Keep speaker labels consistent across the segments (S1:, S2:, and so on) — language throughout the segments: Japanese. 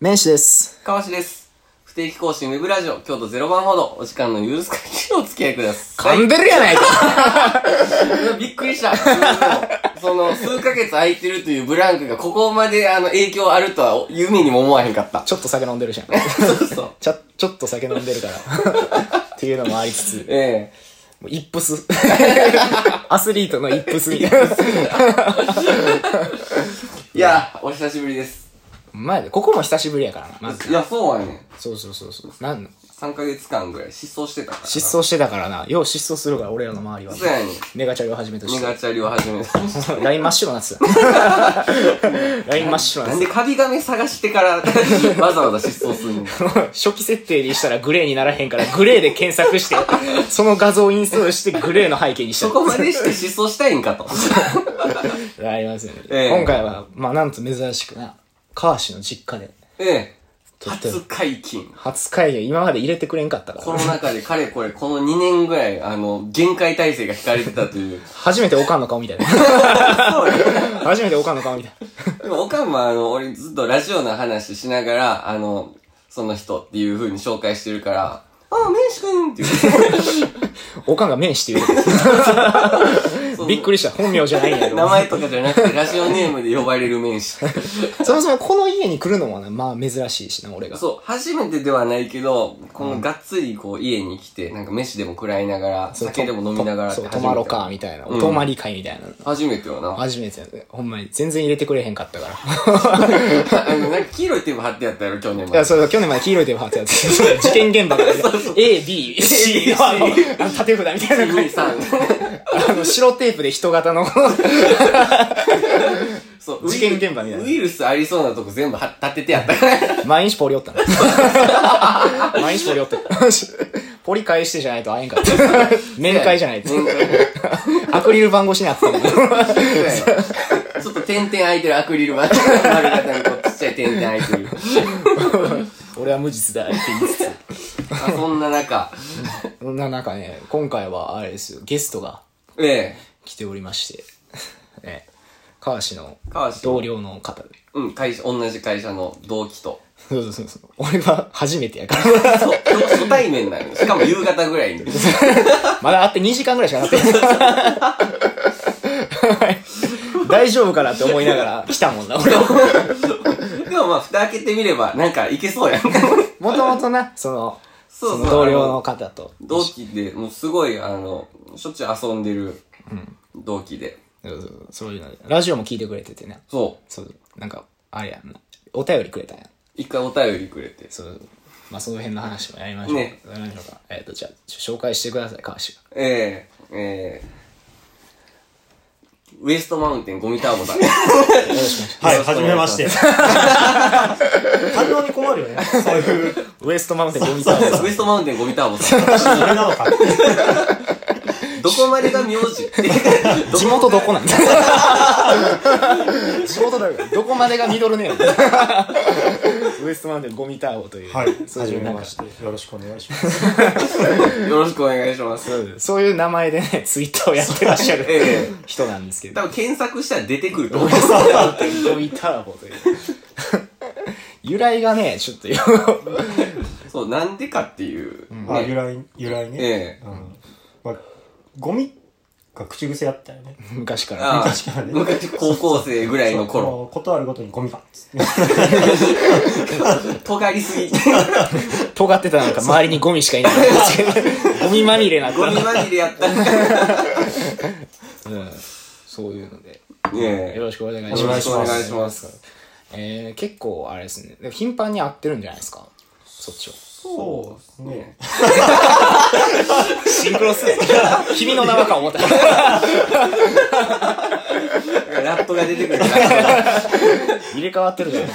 S1: 名手です。
S2: 川しです。不定期更新ウェブラジオ、京都0番ほど、お時間の許す限りお付き合いください。
S1: 噛んでるやないか
S2: うわびっくりした。その、数ヶ月空いてるというブランクが、ここまで、あの、影響あるとは、夢にも思わへんかった。
S1: ちょっと酒飲んでるじゃん。
S2: そうそう。
S1: ちゃ、ちょっと酒飲んでるから。っていうのもありつつ。
S2: え
S1: もうイップ ス。アスリートのイップス。
S2: えいや、お久しぶりです。
S1: 前で、ここも久しぶりやからな。まず
S2: いや、そうやね。
S1: そうそうそうそう。なん
S2: 3ヶ月間ぐらい失踪してたからな。
S1: 失踪してたからな。よう失踪するから、俺らの周りは。
S2: そうやね。
S1: メガチャリをはじめとし
S2: ミ
S1: て。
S2: ガチャリを始めた。
S1: ライン真っ白なっつだ。 ライン真っ白な
S2: な
S1: っ
S2: んで壁紙探してからわざわざ失踪するの
S1: 初期設定にしたらグレーにならへんから、グレーで検索して、その画像をインストールしてグレーの背景にした
S2: そこまでして失踪したいんかと。
S1: ありますよね、
S2: ええ
S1: 今回は、まあなんと珍しくな、川氏の実家で、
S2: ええ。
S1: とっても
S2: 初解禁。
S1: 初会議今まで入れてくれんかったか
S2: コ
S1: ら、
S2: ロナ禍でかれこれこの2年ぐらい、あの、限界体制が引かれてたという。
S1: 初めてお かんの顔みたいな。
S2: そうよ
S1: 初めておかんの顔みたいな。
S2: でも、おかんもあの、俺ずっとラジオの話しながら、あの、その人っていう風に紹介してるから、ああ、メンシ君って
S1: おかんが面して言
S2: 言
S1: う。
S2: う。
S1: びっく
S2: り。
S1: りした。本名じゃないんやけ
S2: 名
S1: ど。
S2: 前とかじゃなくて、ラジオネームで呼ばれるメンシ。
S1: そもそもこの家に来るのはね、まあ珍しいしな、俺が。
S2: そう、初めてではないけど、このがっつりこう家に来て、なんか飯でも食らいながら、
S1: そう
S2: 酒でも飲みながらっ
S1: と
S2: て
S1: そう、泊
S2: 初めて。
S1: まろか、みたいな。お泊まり会みたいな。
S2: 初めてよな。
S1: 初めてやで。ほんまに。全然入れてくれへんかったから。
S2: あのなんか黄色いテープ貼ってやったやろ、去年ま
S1: いや、
S2: で。
S1: そうそう、去年まで黄色い手を貼ってたや つ。事件現場からね。A、B、C のあの、あの縦札みたいな。
S2: 2、3。
S1: あの、白テープで人型の、
S2: そう、
S1: 事件現場みたいな
S2: ウイルスありそうなとこ全部は立ててやったから。
S1: 毎日ポリおったの。 毎日ポリおった。ポリ返してじゃないと会えんかった。 面会じゃないと。
S2: 面会
S1: アクリル板越しに会ってたもん。
S2: ちょっと点々空いてるアクリル板。丸型にこうちっちゃい点々空いてる。
S1: 俺は無実だって言いつつ。
S2: まあそんな中、
S1: そん な中ね、今回はあれですよ、ゲストが
S2: ええ、
S1: 来ておりまして、 ね、川氏の
S2: 川氏の
S1: 同僚の方で。
S2: うん、会社、同じ会社の同期と。
S1: そうそうそうそう。俺は初めてやから。
S2: そう、今日初対面なの。しかも夕方ぐらいに。
S1: まだ会って2時間ぐらいしかなって ない。大丈夫かなって思いながら来たもんな、俺 は。
S2: でもまあ、蓋開けてみれば、なんかいけそうやん。
S1: もともとな、その、
S2: そうそう
S1: の同僚の方と。
S2: 同期で、もうすごい、あの、しょっちゅう遊んでる同期で。
S1: そうそうそういうので。ラジオも聞いてくれててね。
S2: そう、
S1: そう。なんか、あれやんな。お便りくれたんやん。
S2: 一回お便りくれて。
S1: そう。まあ、その辺の話もやりましょう。
S2: ね
S1: やりましょうか。えっ、と、じゃあ、紹介してください、川氏が。
S2: ええええウエストマウンテンゴミターボ さん。
S3: はい、
S2: よろし
S3: は
S2: く
S3: じ
S2: お
S3: め
S2: 願い
S3: ま
S2: し
S3: して。反応に困るよね。そういう、
S1: ウエストマウンテンゴミタウン
S2: ウエストマウンテンゴミターボさん。
S3: それなのか。
S2: どこまでが名字
S1: 地元ど こなんだ地元だよ。どこまでがミドルネーム ウエストマウンテンゴミタウンという。
S3: はい、
S1: そう
S3: はじ
S1: い
S3: め
S1: うなん
S3: ま
S1: か
S3: して。よろしくお願いします。
S2: よろしくお願いします。
S1: そういう名前でね、ツイッターをやってらっしゃる
S2: ええ
S1: 人なんですけど
S2: 多。分検索したら出てくると思います。
S1: ゴミターボという。由来がね、ちょっとよ、
S2: そう、なんでかっていう。
S3: あ、
S2: ね
S3: 由来、由来ね。
S2: ええ
S3: うん。まあ、ゴミが口癖やったよね。
S1: 昔から。
S2: ああ
S3: 確かに
S2: 昔高校生ぐらいの
S3: そう
S2: 頃。
S3: もうことあるごとにゴミが。
S2: 尖りす ぎて。
S1: 尖ってたのか、周りにゴミしかいないんですけど、ゴミまみれな
S2: ゴミまぎれやった。ね
S1: うんそういうので、よ
S2: え
S1: ろしくお願い
S2: え。
S1: し
S2: よろ
S1: ま
S2: し
S1: す。
S2: くお願いします。
S1: えー、結構あれですね。でも頻繁に会ってるんじゃないですかそっちを。
S3: そうですね。
S1: シンクロスケ。 君の名はか思った。
S2: ラットが出てくる から。
S1: 入れ替わってるじゃない
S3: ま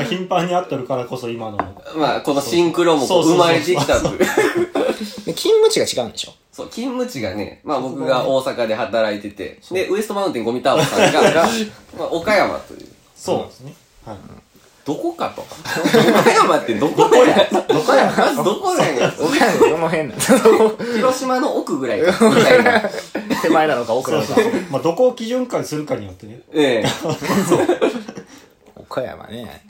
S3: あ頻繁に会ってるからこそ今の。
S2: まあ、このシンクロもこう
S3: そうそうそう
S2: 生まれてきたという。
S1: で勤務地が違うんでしょ
S2: そう、勤務地がね、まあ僕が大阪で働いてて、で、ウエストマウンテンゴミターボさんが、まあ岡山という。
S3: そうですね。はい。
S2: どこかと。岡山ってどこだよ。 どこやまずどこだよ。
S1: 岡山のどの辺なの
S2: 広島の奥ぐらいか。みたいな。
S1: 手前なのか奥な
S3: そう
S1: のか
S3: そ。う。まあ、どこを基準化にするかによってね。
S2: ええ。
S1: 岡山ね。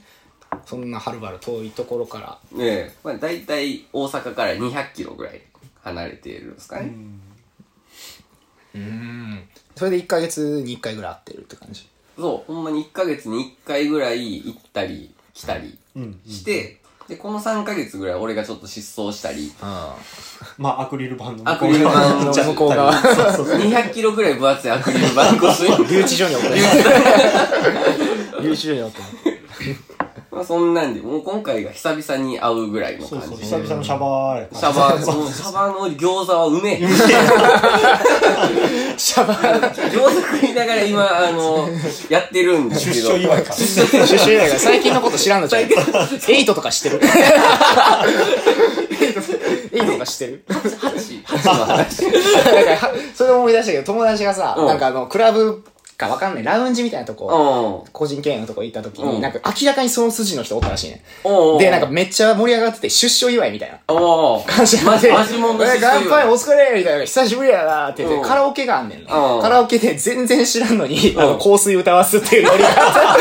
S1: そんなはるばる遠いところから
S2: ねえ、まあ大体大阪から200キロぐらい離れているんですかね。
S1: うんそれで1ヶ月に1回ぐらい会ってるって感じ
S2: そう、ほんまに1ヶ月に1回ぐらい行ったり来たり
S3: うん
S2: して、で、この3ヶ月ぐらい俺がちょっと失踪したり、
S1: あ
S3: まあ、アクリル板の向こう
S2: アクリル板の
S1: 向こう側
S3: そうそうそう
S2: 200キロぐらい分厚いアクリル板越 し
S1: 留
S2: に。
S1: 置所におった留置所におった
S2: まあそんなんで、もう今回が久々に会うぐらいの
S3: そ
S2: 感
S3: うそう、
S2: じ。
S3: 久々のシャバーやから
S2: シャバー、もうシャバの餃子はうめえ。
S1: シャバ
S2: 餃子食いながら今、あの、やってるんですけ
S3: 出
S2: ど。
S3: 所祝いか。
S1: 出身だから最近のこと知らんのじゃんエイトとか知ってるエイトとか知ってる
S2: 8、8の話。
S1: な んかはそれで思い出したけど、友達がさ、
S2: うん
S1: なんかあの、クラブかわかんない、ラウンジみたいなとこ、
S2: う
S1: 個人経営のとこ行った時
S2: う
S1: に、
S2: ん
S1: なんか明らかにその筋の人おったらしいね。
S2: ん。
S1: で、なんか、めっちゃ盛り上がってて、出所祝いみたいな。
S2: おお。
S1: 感じ
S2: マジ、
S1: で、
S2: マジもんの
S1: え
S2: 出所祝い
S1: 乾杯お疲れみたいな、久しぶりやなって言っ
S2: うん
S1: て、カラオケがあんねんな。
S2: うん
S1: カラオケで全然知らんのに、あの、香水歌わすっていうノリが、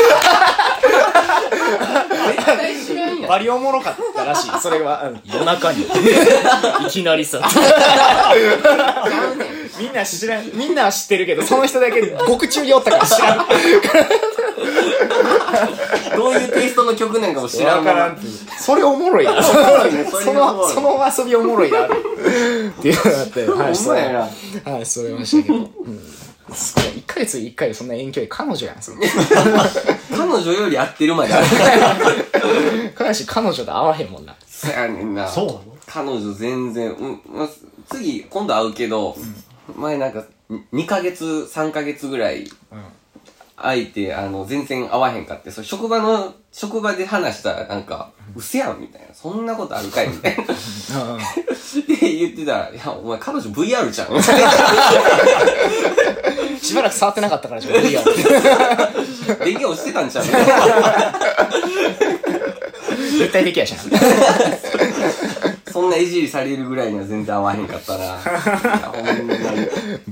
S2: 絶対知らんやん。
S1: バリおもろかったらしい。それは、うん夜中に。いきなり さ。
S2: ちゃうねん。
S1: みんな知らん、みんなは知ってるけど、その人だけ獄中におったから知らん。
S2: どういうテイストの曲なんかも知ら
S1: わ
S2: ん
S1: からん
S2: ん。
S1: それおもろいな。
S2: ろいね そ
S1: そ
S2: れおもろ
S1: の、
S2: い
S1: その遊びおもろいな。っていうのがあ って、はい、
S2: ほんまやな。
S1: はい、それましたけど。うんすごい1ヶ月に1回でそんな遠距離彼女やん、その。
S2: 彼女より合ってるまである。
S1: 彼氏彼女と会わへんもんな。
S2: そ やねんな。
S3: そうなの
S2: 彼女全然、うん、まあ、次、今度会うけど、前なんか、2ヶ月、3ヶ月ぐらい、空いて、あの、全然会わへんかって、それ職場の、職場で話したら、なんか、うせやん、みたいな。そんなことあるかい、みたい な。で、言ってたら、いや、お前彼女 VR じゃん。
S1: しばらく触ってなかったからじゃん、いいよ。
S2: 電源落ちてたんちゃう
S1: 絶対的やしな。
S2: そんないじりされるぐらいには全然合わへんかったな。いやほんまに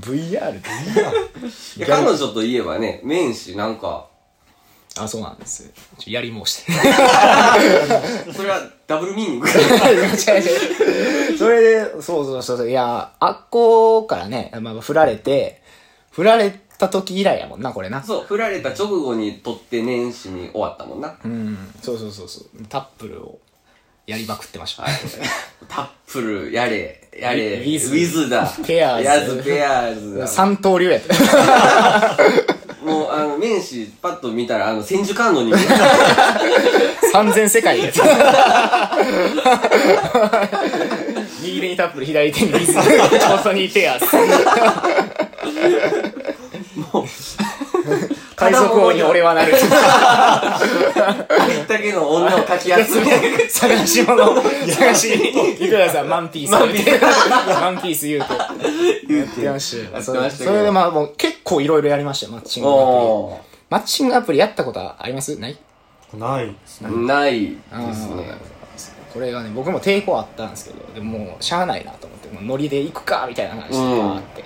S1: VR って
S2: いや彼女といえばね、面子なんか、
S1: あ、そうなんです。ちょやり申 して。
S2: それはダブルミーニング。
S1: 違う違う。それで、そうそうそうそう。いや、あっこからね、まあ、振られて、振られた時以来やもんな、これな。
S2: そう、振られた直後にとって年始に終わったもんな。
S1: うん。そうそうそうそう。タップルをやりまくってま した。
S2: タップル、やれ、やれ、
S1: ウィズ
S2: ウィズだ。
S1: ペアーズ
S2: やず、ペアーズだ。
S1: 三刀流やった。
S2: もう、あの、面子パッと見たら、あの、千手観音に見える。
S1: 三千世界やった。右手にタップル、左手に リズム。外にペアス。
S2: もう、
S1: 海賊王に俺はなる。
S2: ありったけの女をかき集める。
S1: 探し物を探しに、いくらさん、マンピース。マンピース。マンピース言うて。
S2: 言う
S1: や
S2: て。
S1: ってました
S2: や
S1: よ。
S2: って
S1: そ
S2: ま
S1: れ
S2: したけど
S1: それでまあもう結構いろいろやりましたよ、マッチングアプリ。
S2: お
S1: マッチングアプリやったことはありますない
S3: ないですね。
S2: ー。ないですね。
S1: これがね、僕も抵抗あったんですけど、でももうしゃあないなと思って、もうノリで行くかみたいな話で、
S2: うん
S1: あって。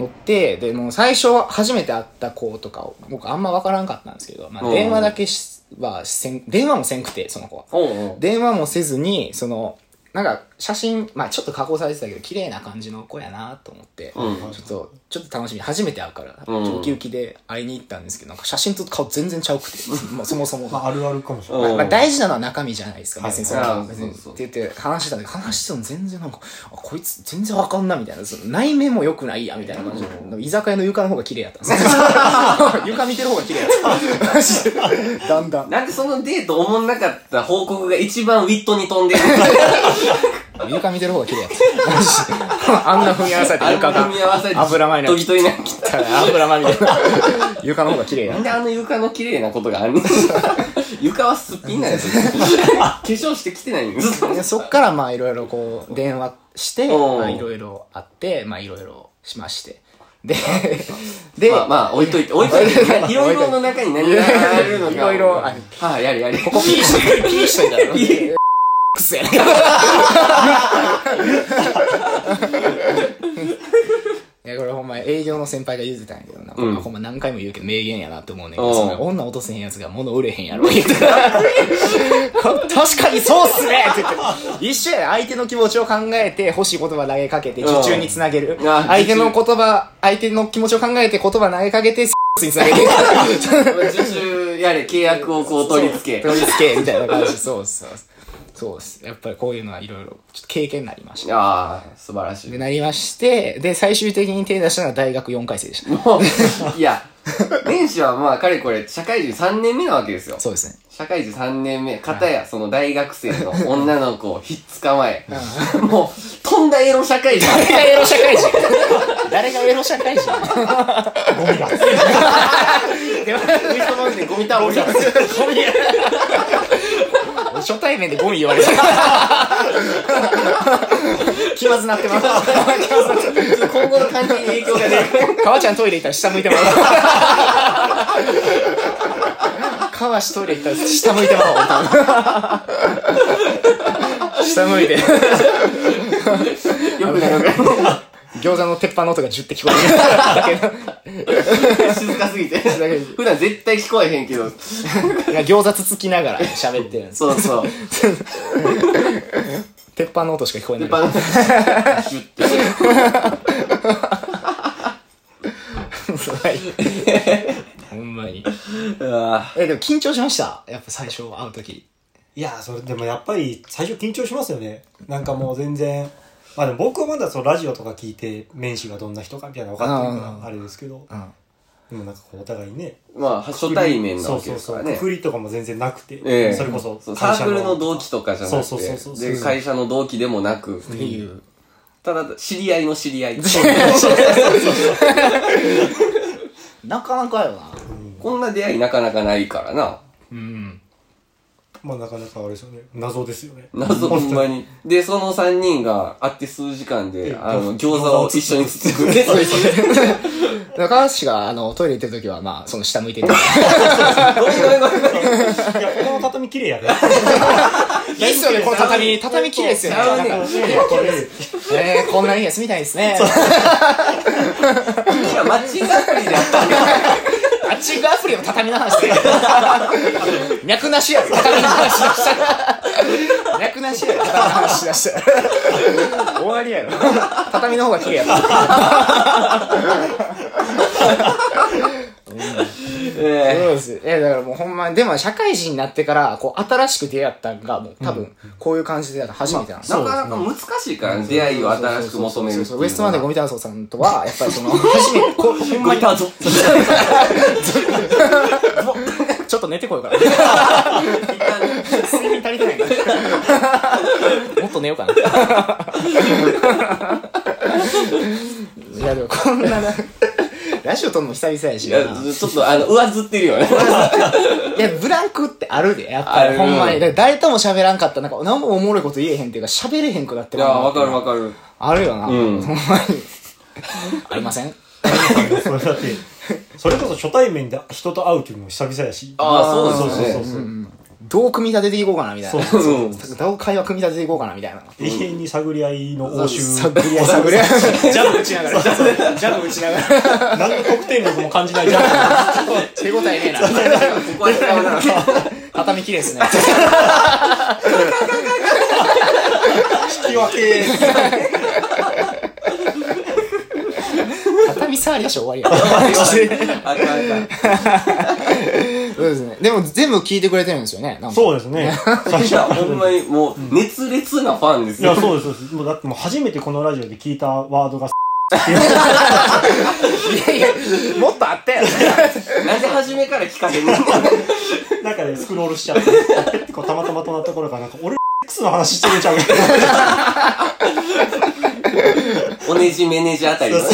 S1: 乗って、で、もう最初初めて会った子とかを、僕あんまわからんかったんですけど、まあ
S2: うん
S1: 電話だけしはせん、電話もせんくて、その子は。
S2: おうおう
S1: 電話もせずに、その、なんか写真、まあちょっと加工されてたけど、綺麗な感じの子やなと思って、
S2: うん
S1: ちょっと、ちょっと楽しみ。初めて会うから、
S2: うん
S1: ウキウキで会いに行ったんですけど、なんか写真と顔全然ちゃうく て、まあそもそも
S3: ま
S1: が。
S3: あ、あるあるかもしれ
S2: う
S3: ない。
S1: まあ、大事なのは中身じゃないですか、別にそ
S2: は
S1: の
S2: い、
S1: 別に
S2: そうそう
S1: って言って話してたんで、話しても全然なんか、あ、こいつ全然わかんないみたいな、その内面も良くないや、みたいな感じで、居酒屋の床の方が綺麗やったんですよ 床見てる方が綺麗やった。マジでだんだん。
S2: なんかそのデート思んなかった報告が一番ウィットに飛 んでる。
S1: 床見てる方が綺麗や った。マジであんな踏み合わされて
S2: あの
S1: 床が
S2: 組み合わせて、
S1: 油まいな
S2: とぎといな。
S1: 油まみれ。床の方が綺麗や
S2: なんであの床の綺麗なことがあんねん。 床はすっぴんなんやつ。 化粧してきてないんです。
S1: でそっからまあいろいろこう電話して、
S2: うん
S1: まあいろいろあって、まあいろいろしまして。で、で、
S2: まあまあ、置いといて、置いといて。いろいろの中に何があるのか。
S1: いろいろある
S2: はあ、やれやれ。こ
S1: ここピー しと、ピーしといたら、クスやねいや、これほん 前営業の先輩が言うてたんやけどな、
S2: うん
S1: ほんま何回も言うけど名言やなって思うねんけ
S2: う
S1: ど、
S2: ん
S1: その女落とせへんやつが物売れへんやろ、 言うて確かにそうっすねって言って。一緒やで相手の気持ちを考えて欲しい言葉投げかけて受注につなげる。
S2: うんあ
S1: 相手の言葉、相手の気持ちを考えて言葉投げかけて、 につなげて。
S2: 受注やれ、契約をこう取り付け。
S1: 取り付け、みたいな感じ。 そうそう。そうです。やっぱりこういうのはいろいろ、ちょっと経験になりました。
S2: ああ、素晴らし
S1: で、なりまして、で、最終的に手出したのは大学4回生でした。
S2: い。いや、年始はまあ、かれこれ、社会人3年目なわけですよ。
S1: そうですね。
S2: 社会人3年目、かたやその大学生の女の子をひっつかまえ。もう、とんだエロ社 会人。
S1: 誰がエロ社会人 誰がエロ社会人
S3: ゴミが。
S2: ウイストマンでゴミタオルだった。
S1: 初対面でゴミ言わ れた。気まずなってます。
S2: 今後の関係に影響が 出る。
S1: 川ちゃんトイレ行ったら下向いても らおう。川しトイレ行ったら下向いてもらおう多分。下 向いて。
S2: よくないよくない。
S1: 餃子の鉄板の音が10って聞こえる。だ
S2: 静かすぎ て。
S1: けど
S2: 普段絶対聞こえへんけど。
S1: いや餃子つつきながら喋ってるんです。
S2: そう そう。
S1: 鉄板の音しか聞こえない。
S2: パン。シュッて。
S1: はい ほんまに。
S2: あ
S1: え、でも緊張しました。やっぱ最初会うとき。
S3: いやそれでもやっぱり最初緊張しますよねなんかもう全然まあでも僕はまだそのラジオとか聞いて面師がどんな人かみたいなの分かってる
S1: う
S3: か
S1: ん
S3: らあれですけど
S1: うん。
S3: でもなんかこうお互いね
S2: まあ、初対面な
S3: そう
S2: わけ
S3: そう
S2: です
S3: そ
S2: か
S3: う
S2: ら
S3: く
S2: ね。
S3: くりとかも全然なくて、
S2: ええ
S3: それこそ
S2: そうサ
S3: 会
S2: ー
S3: 社
S2: クルの同期とかじゃな
S3: そうそうそう
S2: く
S3: そう
S2: て、で、会社の同期でもなく、
S1: っていう。
S2: ただ、知り合いの知り合い。
S1: なかなかよな。
S2: こんな出会いなかなかないからな。
S1: うん。
S3: まあなかなかあれですよね謎ですよね
S2: 謎ほんまに。で、その3人が会って数時間
S3: ええ
S2: で、あの、
S3: 餃
S2: 餃
S3: 子
S2: 子を
S3: を
S2: 一緒につつくって。
S1: 高橋が、あの、トイレ行ってるときは、まあ、その下向いてる。い
S2: ごめんごめんごめん
S3: いやここの畳綺麗やね
S1: いっすよね、この 畳。畳綺麗ですよ
S2: ちゃう
S1: ね。
S2: ね
S1: えー、こんなに休みたいですね。
S2: いや、マッチングアプリ であったんだ
S1: あっちがアプリの畳の話してる。 脈なしやろ、 畳の話しだしたら。脈なしやろ、畳の話しだしたら。終わりやろ。畳の方が綺麗やろ。そう
S2: え
S1: です。え、だからもうほんまに、でも社会人になってから、こう、新しく出会ったのが、もう多分、こういう感じで初めてなん
S2: え
S1: ですよ
S2: なかなか難しいからね、出会いを新しく求める
S1: そうそ
S2: っていうの
S1: うそう
S2: は。
S1: ウエストマンでゴミ炭素さんとは、やっぱり その、初めて、こうほん
S2: ゴ
S1: ま
S2: ミ
S1: に、
S2: タンソ。
S1: ちょっと寝てこようかな。睡眠足り てないから。もっと寝ようかな。 いや、でもこんなな、ラジオ撮るの久々やし
S2: い
S1: な。
S2: や
S1: い
S2: ちょっと、あの、上ずってるよ ね。
S1: や、ブランクってあるで、やっぱ
S2: あ
S1: り。
S2: る
S1: ほんまに。だから誰とも喋らんかった。なんか、何もおもろいこと言えへんっていうか、喋れへんくなって
S2: いや、わ
S1: わ
S2: かるわかる。
S1: あるよな。
S2: うん
S1: ほんまに。ありません
S3: それだってそれこそ初対面で人と会うっていうのも久々やし
S2: ああ、
S3: そ
S2: そう
S3: う
S2: で
S3: そ
S2: すよ
S3: うそう
S2: ね。
S3: そう、
S1: どう組み立てていこうかな、みたいな。
S3: そう
S2: うん。
S1: どう会話組み立てていこうかな、みたいな。
S3: 永遠に探り合いの応酬
S1: 探り合い、探り合い。 ジャブ打ちながら、ジャブ打ちながら。
S3: 何の得点力も感じないじゃん
S1: 手応えねえな。
S2: ここは違うな。
S1: 畳綺麗ですね。
S3: 引き分け
S1: 畳触りだし終わりや。
S2: あかんあか
S1: そうですね。でも全部聞いてくれてるんですよね。なんか
S3: そうですね
S2: ん。いや、ほんまに、もう、熱烈なファンです
S3: い
S2: よ
S3: や、。そうです、そうです。もうだってもう初めてこのラジオで聞いたワードが、
S1: いやいや、もっとあったやろ。
S2: なぜ初めから聞かへんの
S3: 中でスクロールしちゃって、ペッてこうたまたま止まった頃から、なんか俺、X の話してるんちゃうか
S2: おねじめねじあ たりのね。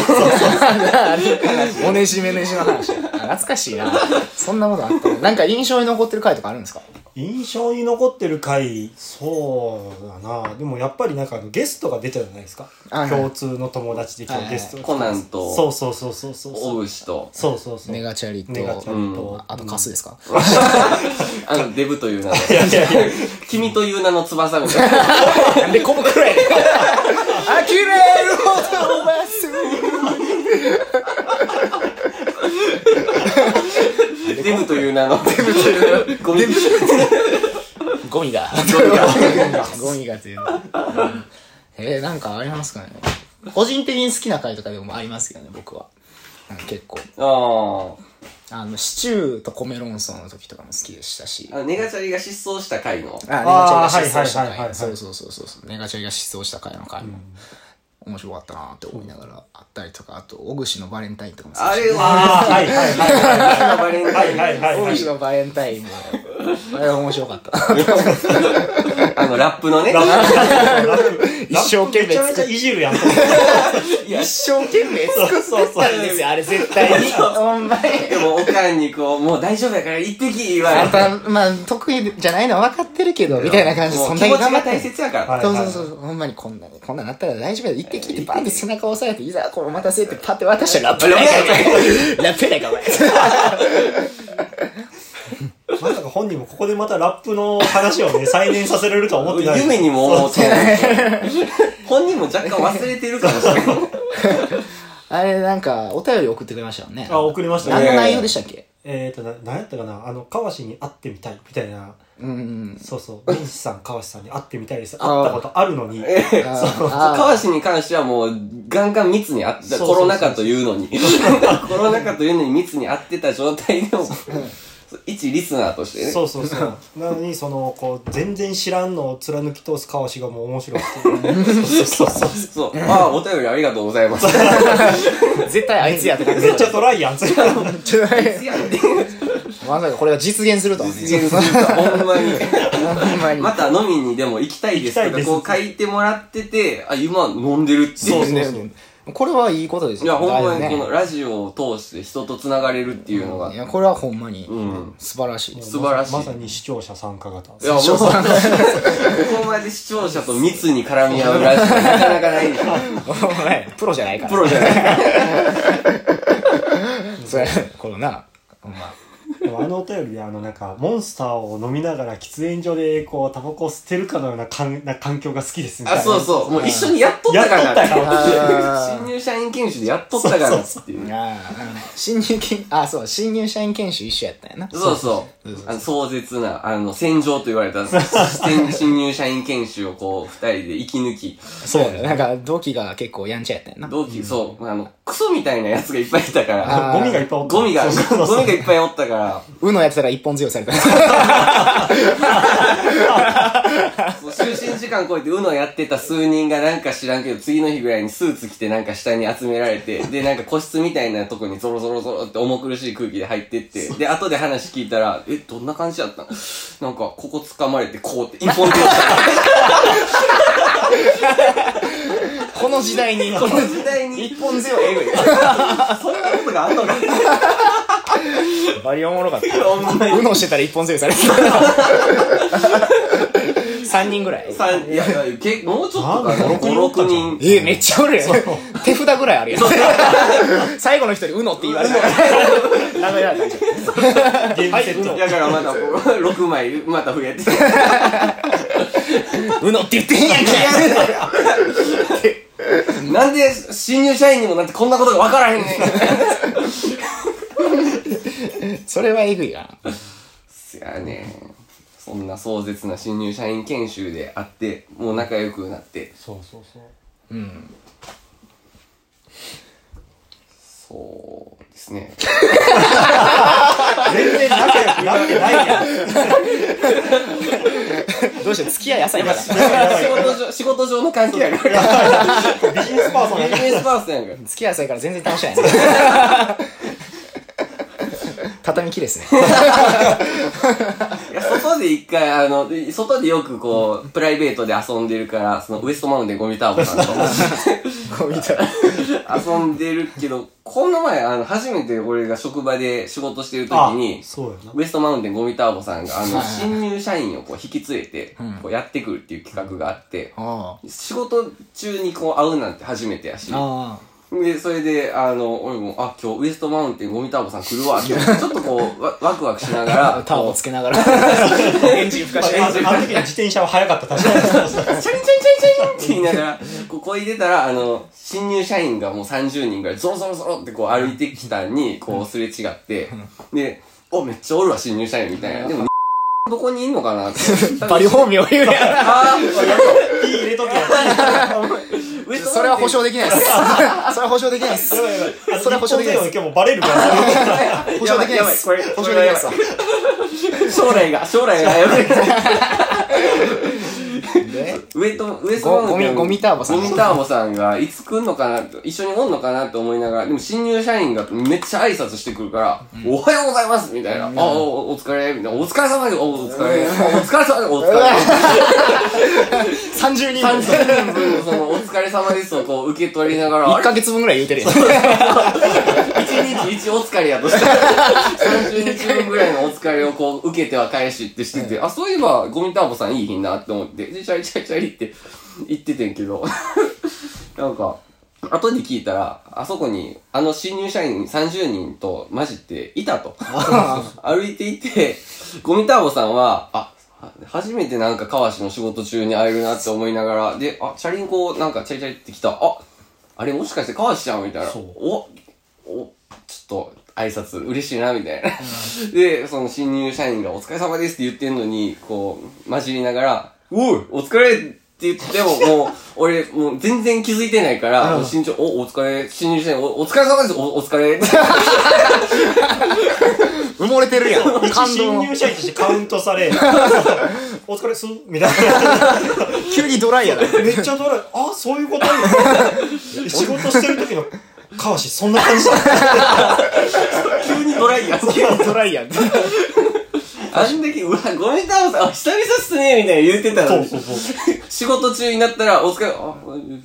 S1: おねじめねじの話。懐かしいな。そんなことあった。なんか印象に残ってる回とかあるんですか
S3: 印象に残ってる回、そうだな。でもやっぱりなんかあのゲストが出たじゃないですか。
S1: はいはい
S3: 共通の友達で今日ゲストが来た
S2: コナンと
S3: そうそうそうそうそう。
S2: おうしと、
S3: そうそうそう。
S1: ネガチャリ
S3: ネガチ
S1: と、
S3: ャリと。
S1: あとカスですか
S2: あの、デブという名の、
S3: いやいやいや、
S2: 君という名の翼みたいな。
S1: な んでこぶくらい呆れるほどおばす
S2: デブという名の、デブという名の、ゴミ。
S1: ゴミが。
S2: ゴミが
S1: ゴミがっていう。えー、なんかありますかね。個人的に好きな回とかでもありますけどね、僕は。うん結構。
S2: あ
S1: あの、シチューと米論争の時とかも好きでしたし。
S2: あ。ネガチャリが失踪した回の。
S1: あ、ネガチョウが失踪し
S3: あーはいは
S1: た
S3: いはいはいはい
S1: 回。そうそうそうそうそう。ネガチョウが失踪した回の回も。面白かったなーって思いながらあったりとか、あと、小串のバレンタインとかも好きで
S2: あ
S1: した
S2: れは、
S3: ああ、はいはいはい。
S2: バレンタイン
S3: はいはいは
S1: 小
S3: い
S1: 串のバレンタインも。あれは面白かった。
S2: あの、ラップのね。
S1: 一生懸命
S3: めちゃめち
S1: 作
S3: ゃ
S1: っ
S3: いじるやん。
S1: 一生懸命作
S3: そう
S1: ったんですよ、あれ絶対に。 お前。
S2: でも、おかんにこう、もう大丈夫やから一匹言わ
S1: あん
S2: れた。
S1: た、まあ、得意じゃないのは分かってるけど、みたいな感じで、
S2: も
S1: そ
S2: うん気
S1: だ
S2: 持
S1: け
S2: ち
S1: 頑張
S2: が
S1: って
S2: 大。切やか
S3: は
S2: ら。
S3: い
S1: そうそうそう、ほんまにこんなに、こんなんなったら大丈夫やで、一滴ってバーンって背中押さえて、いざ、こう待たせて、パって渡したらラップないか、お前。ラップないか、お前。
S3: まさか本人もここでまたラップの 話をね、再燃させられるとは思ってない。
S2: 夢にも思ってない。本人も若干忘れてるかもし れない。
S1: あれ、なんか、お便り送ってくれましたよ ね。
S3: あ、送りました
S1: 何の
S3: ね。
S1: 内容でしたっけ
S3: えっと、ななんやったかなあの、川氏に会ってみたい、みたいな。
S1: うんうん。
S3: そ うそう。ミンさん、川氏さんに会ってみたいです。会ったことあるのに。
S1: あー
S2: 川氏に関してはもう、ガンガン密にあった。
S3: そうそうそう
S2: コロナ禍というのに。コロナ禍というのに密にあってた状態 でも、一リスナーとしてね。
S3: そうそうそう。なのに、その、こう、全然知らんのを貫き通す川氏がもう面白くて。 そうそうそう。
S2: そう。ああ、お便りありがとうござ います。
S1: 絶対あいつやって感じ
S3: めっちゃトライやん、それ。
S1: まさかこれが実現するとはね。
S2: 実現するとはほんまに。
S1: ほんまに。
S2: また飲みにでも行きたいですと
S3: 行きたい
S2: か、
S3: です
S2: こう書いてもらってて、あ、今飲んでるっていう。
S1: ねこれはいいことです
S2: いや、
S1: よ。
S2: ほんま
S1: だ
S2: に
S1: いぶ
S2: こ
S1: ね
S2: のラジオを通して人と繋がれるっていうのが。
S1: いや、これはほんまに
S2: うん、
S1: 素晴らしいです。
S2: 素晴らしい
S3: まさに視聴者参加型。
S2: いや、もう、ここまで視聴者と密に絡み合うラジオ、なかなかない。
S1: お前、プロじゃないから。
S2: プロじゃない。
S1: それ、このな、ほんま。
S3: でもあのお便りであのなんかモンスターを飲みながら喫煙所でこうタバコを捨てるかのようなかんな環境が好きですみたい
S2: あ、
S3: な
S2: そうそう。もう一緒にやっとった
S3: やっ
S2: か
S3: とっ
S2: ら
S3: たか
S2: な。
S3: ら
S2: 新入社員研修でやっとったからっていう。
S1: あー新入研、あ、そう、新入社員研修一緒やったんやな。
S2: そうそう。あの、壮絶な、あの、戦場と言われた、新新入社員研修をこう、二人で生き抜き、
S1: そうやね。なんか、同期が結構やんちゃやったんやな。
S2: 同期、そう、あの、クソみたいなやつがいっぱいいたか
S1: あ
S2: ら、
S3: ゴミがいっぱいおった
S2: ゴミが、
S3: そうそうそう
S2: ゴミがいっぱいおったから、
S1: うのやってたら一本強された。
S2: そう就寝時間超えて UNO やってた数人がなんか知らんけど、次の日ぐらいにスーツ着てなんか下に集められて、で、なんか個室みたいなとこにゾロゾロゾロって重苦しい空気で入ってって、で、後で話聞いたら、え、どんな感じだったのなんか、ここ掴まれてこうって一本で落ちた。
S1: この時代に、
S2: この時代に、
S1: 一本強い、え ぐい。
S2: そんなことがあんのか
S1: バリおもろかった。
S2: ほんまに
S1: うのしてたら一本強いされた。3人ぐらい。
S2: 三いやいや、けもうちょっとかな、
S3: なん
S2: 5、
S3: だ5
S2: 6
S3: 6
S2: 人。
S1: えめっちゃおるやん。手札ぐらいあるやん。最後の一人、うのって言われたから。名前られたんじゃん
S3: ゲームセット、
S2: だからまたこう、6枚、また増えて。
S1: うのって言ってへんやんけ。
S2: なんで、新入社員にもなってこんなことがわからへんねん。
S1: それはえぐいわ。
S2: いやねそんな壮絶な新入社員研修であってもう仲良くなって
S3: そうそうそう
S2: そうですね
S3: 全然仲良くなってないやん
S1: どうして付き合い浅いから。
S2: 仕事上仕事上の関係やから
S3: ビジネスパーソンや
S2: ビジネスパーソンやから
S1: 付き合い浅いから全然楽しないね。 畳きですね。
S2: いや外で一回あの外でよくこうプライベートで遊んでるからそのウエストマウンテンゴミターボさん と
S1: こう見たら。
S2: 遊んでるけどこの前あの初めて俺が職場で仕事してる時に
S3: そうやな
S2: ウエストマウンテンゴミターボさんがあの
S1: はい
S2: 新入社員をこう引き連れてこうやってくるっていう企画があって、
S1: あ
S2: 仕事中にこう会うなんて初めてやし。
S1: あ。
S2: で、それで、あの、俺も、あ、今日ウエストマウンテンゴミターボさん来るわって、ちょっとこう、わワ クワクしなが ら、
S1: ターボ
S2: こ
S1: つけながら。 エンジンふかして。
S3: あのあの時の自転車は速かった確かに
S2: う、チャリンチャリンチャリンチャリンって言いながら、こう、こいでたら、あの、新入社員がもう30人ぐらい、ゾロゾロゾロってこう歩いてきたに、こう、すれ違って、で、お、めっちゃおるわ、新入社員みたいな。でも、どこにいんのかなって。
S1: バリ本名言うや
S2: あ
S3: ピー入れとけ。やばい
S2: ー
S1: ん。 それは保証できない です。それは保証できないです。
S3: やばい。あの
S1: それは保証できない
S3: 日本勢は今日もうバレるから。
S1: 保証できないです。
S2: やばいやばいこれ
S1: 保証できないですわ。
S2: 将来が、将来が危ない。
S1: で
S2: ウエスト、ウエストバウンド
S1: ゴゴミゴミターボさん
S2: ゴミターボさんが、いつ来んのかなと、一緒におんのかなと思いながら、でも新入社員がめっちゃ挨拶してくるから、おはようございますみたいな。あ、お、お疲れみたいな。お疲れ様で、お、お疲れ。お疲れ様で、 お疲れ。
S1: 30人
S2: 30
S1: 分。
S2: 人分、その、お疲れ様ですをこう、受け取りながら、あ
S1: 1
S2: れ
S1: ヶ月分ぐらい言うてる やん。
S2: 1日一お疲れやとして、30日分ぐらいのお疲れをこう、受けては返しってしてて、あ、そういえば、ゴミターボさんいいひんなって思って、で、チャリチャリチャリって言っててんけど、なんか、後に聞いたら、あそこに、あの新入社員30人と混じっていたと。歩いていて、ゴミターボさんは、あ、初めてなんか川氏の仕事中に会えるなって思いながら、で、あ、チャリンコなんかチャリチャリって来た。あ、あれもしかして川氏ちゃんみたいな。
S3: そう
S2: お、お、ちょっと挨拶嬉しいなみたいな。 で、その新入社員がお疲れ様ですって言ってんのに、こう、混じりながら、おい、お疲れって言って も、もう、俺、もう全然気づいてないから、もう身長、お、お疲れ、新入社員、お、お疲れ様です、お、お疲れ って。
S1: 埋もれて るやん。感
S3: 新
S1: 動
S3: 入社員としてカウントさ れ、お疲れっすみたいな。
S1: 急にドラ イやな。
S3: めっちゃドライ。あ、そういうことある仕事してる時の川氏、そんな感じだ
S2: 急にドライヤー。
S1: ドライ やん。
S2: あんだけ、うわ、ゴミタオさん、あ久々っすね、みたいな言ってた
S3: そ
S2: の
S3: う
S2: に
S3: そうそう。
S2: 仕事中になったら、お 疲れ、あ、お疲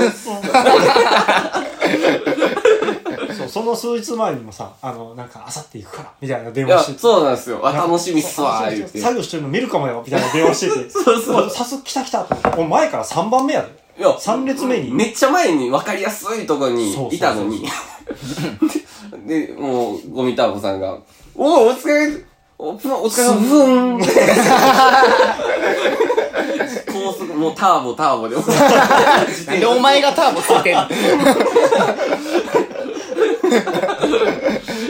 S2: れです
S3: そうその数日前にもさ、あの、なんか、あさって行くから、みたいな電
S2: いや、
S3: 話してて。
S2: そうなんですよ。あ、楽しみっすわ、
S3: あ
S2: 言って。い
S3: 作業してるの見るかもよ、みたいな電話してて。
S2: そうそう
S3: さす来た来たと思って。お前から3番目やで。
S2: や、
S3: 3列目に。
S2: めっちゃ前に分かりやすいとこ
S3: そうそう
S2: に
S3: そう
S2: いたのに。で、もう、ゴミタオさんが、おお、お疲れ、おお疲れ様、ブーン高速、もうターボ、ターボで。自
S1: なん
S2: 転
S1: で
S2: 車
S1: お前がターボつけてんの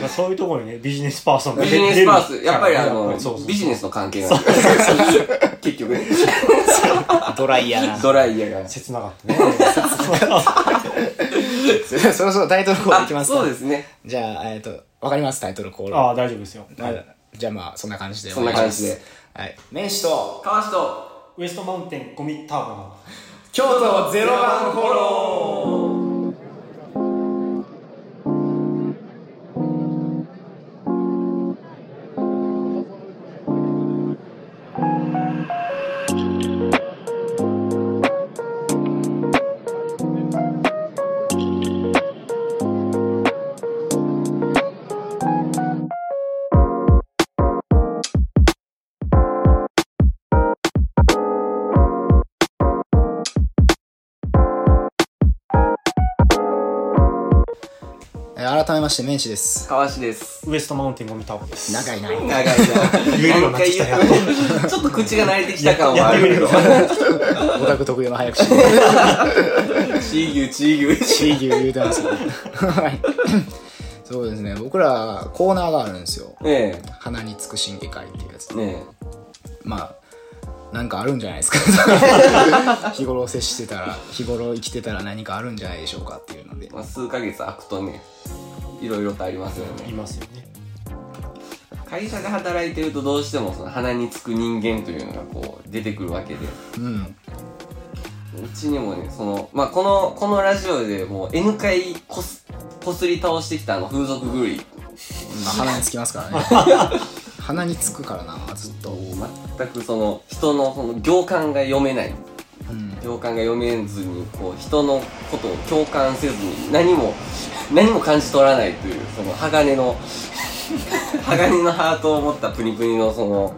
S3: まあそういうところにね、ビジネスパーソンが
S2: ビ
S3: 出
S2: ジネスパ ース、やっぱりあの
S3: そうそうそ、う
S2: ビジネスの関係なんで。結局ね、
S1: ドライや な。
S2: ドライヤーが。
S3: 切なかった ね。
S1: そろそろタイトルコールいきますか。
S2: そうですね。
S1: じゃあ、えっと、わかりますタイトルコール。
S3: ああ、大丈夫ですよ。
S1: はいじゃあまあ、そんな感じで。
S2: そんな感じで。
S1: はい。名刺と、
S2: 川氏と、
S3: ウエストマウンテンゴミターボの。
S1: 京都ゼロ番フォロー。えー改めまして、名刺です。
S2: 川氏です。
S3: ウエストマウンテンゴミターボです。
S1: 長いな。
S2: 長いな。
S3: 言えるようになってき たよ
S2: もう一回言うちょっと口が慣れてきた感はあるけど。
S1: オタク特有の早口。
S2: チー牛、チ ー牛。
S1: シーギュー言うてますね。はい。そうですね。僕ら、コーナーがあるんですよ。
S2: え
S1: 鼻につく神経科医っていうやつ
S2: え。。ね
S1: まあなんかあるんじゃないですか 日頃接してたら日頃生きてたら何かあるんじゃないでしょうかっていうので
S2: え。まあ、数ヶ月空くとね、いろいろとありますよ
S3: い
S2: ね。
S3: ますよね。
S2: 会社で働いてるとどうしてもその鼻につく人間というのがこう出てくるわけで。
S1: うん
S2: うちにもね、その、まあ、この、このラジオでもう N 回こす、こすり倒してきたあの風俗狂い。
S1: まあ鼻につきますからね鼻につくからなずっと
S2: もう全くその、人のその行間が読めない。
S1: うん
S2: 行間が読めずに、こう、人のことを共感せずに、何も、何も感じ取らないという、その鋼の、 鋼のハートを持ったプニプニのその、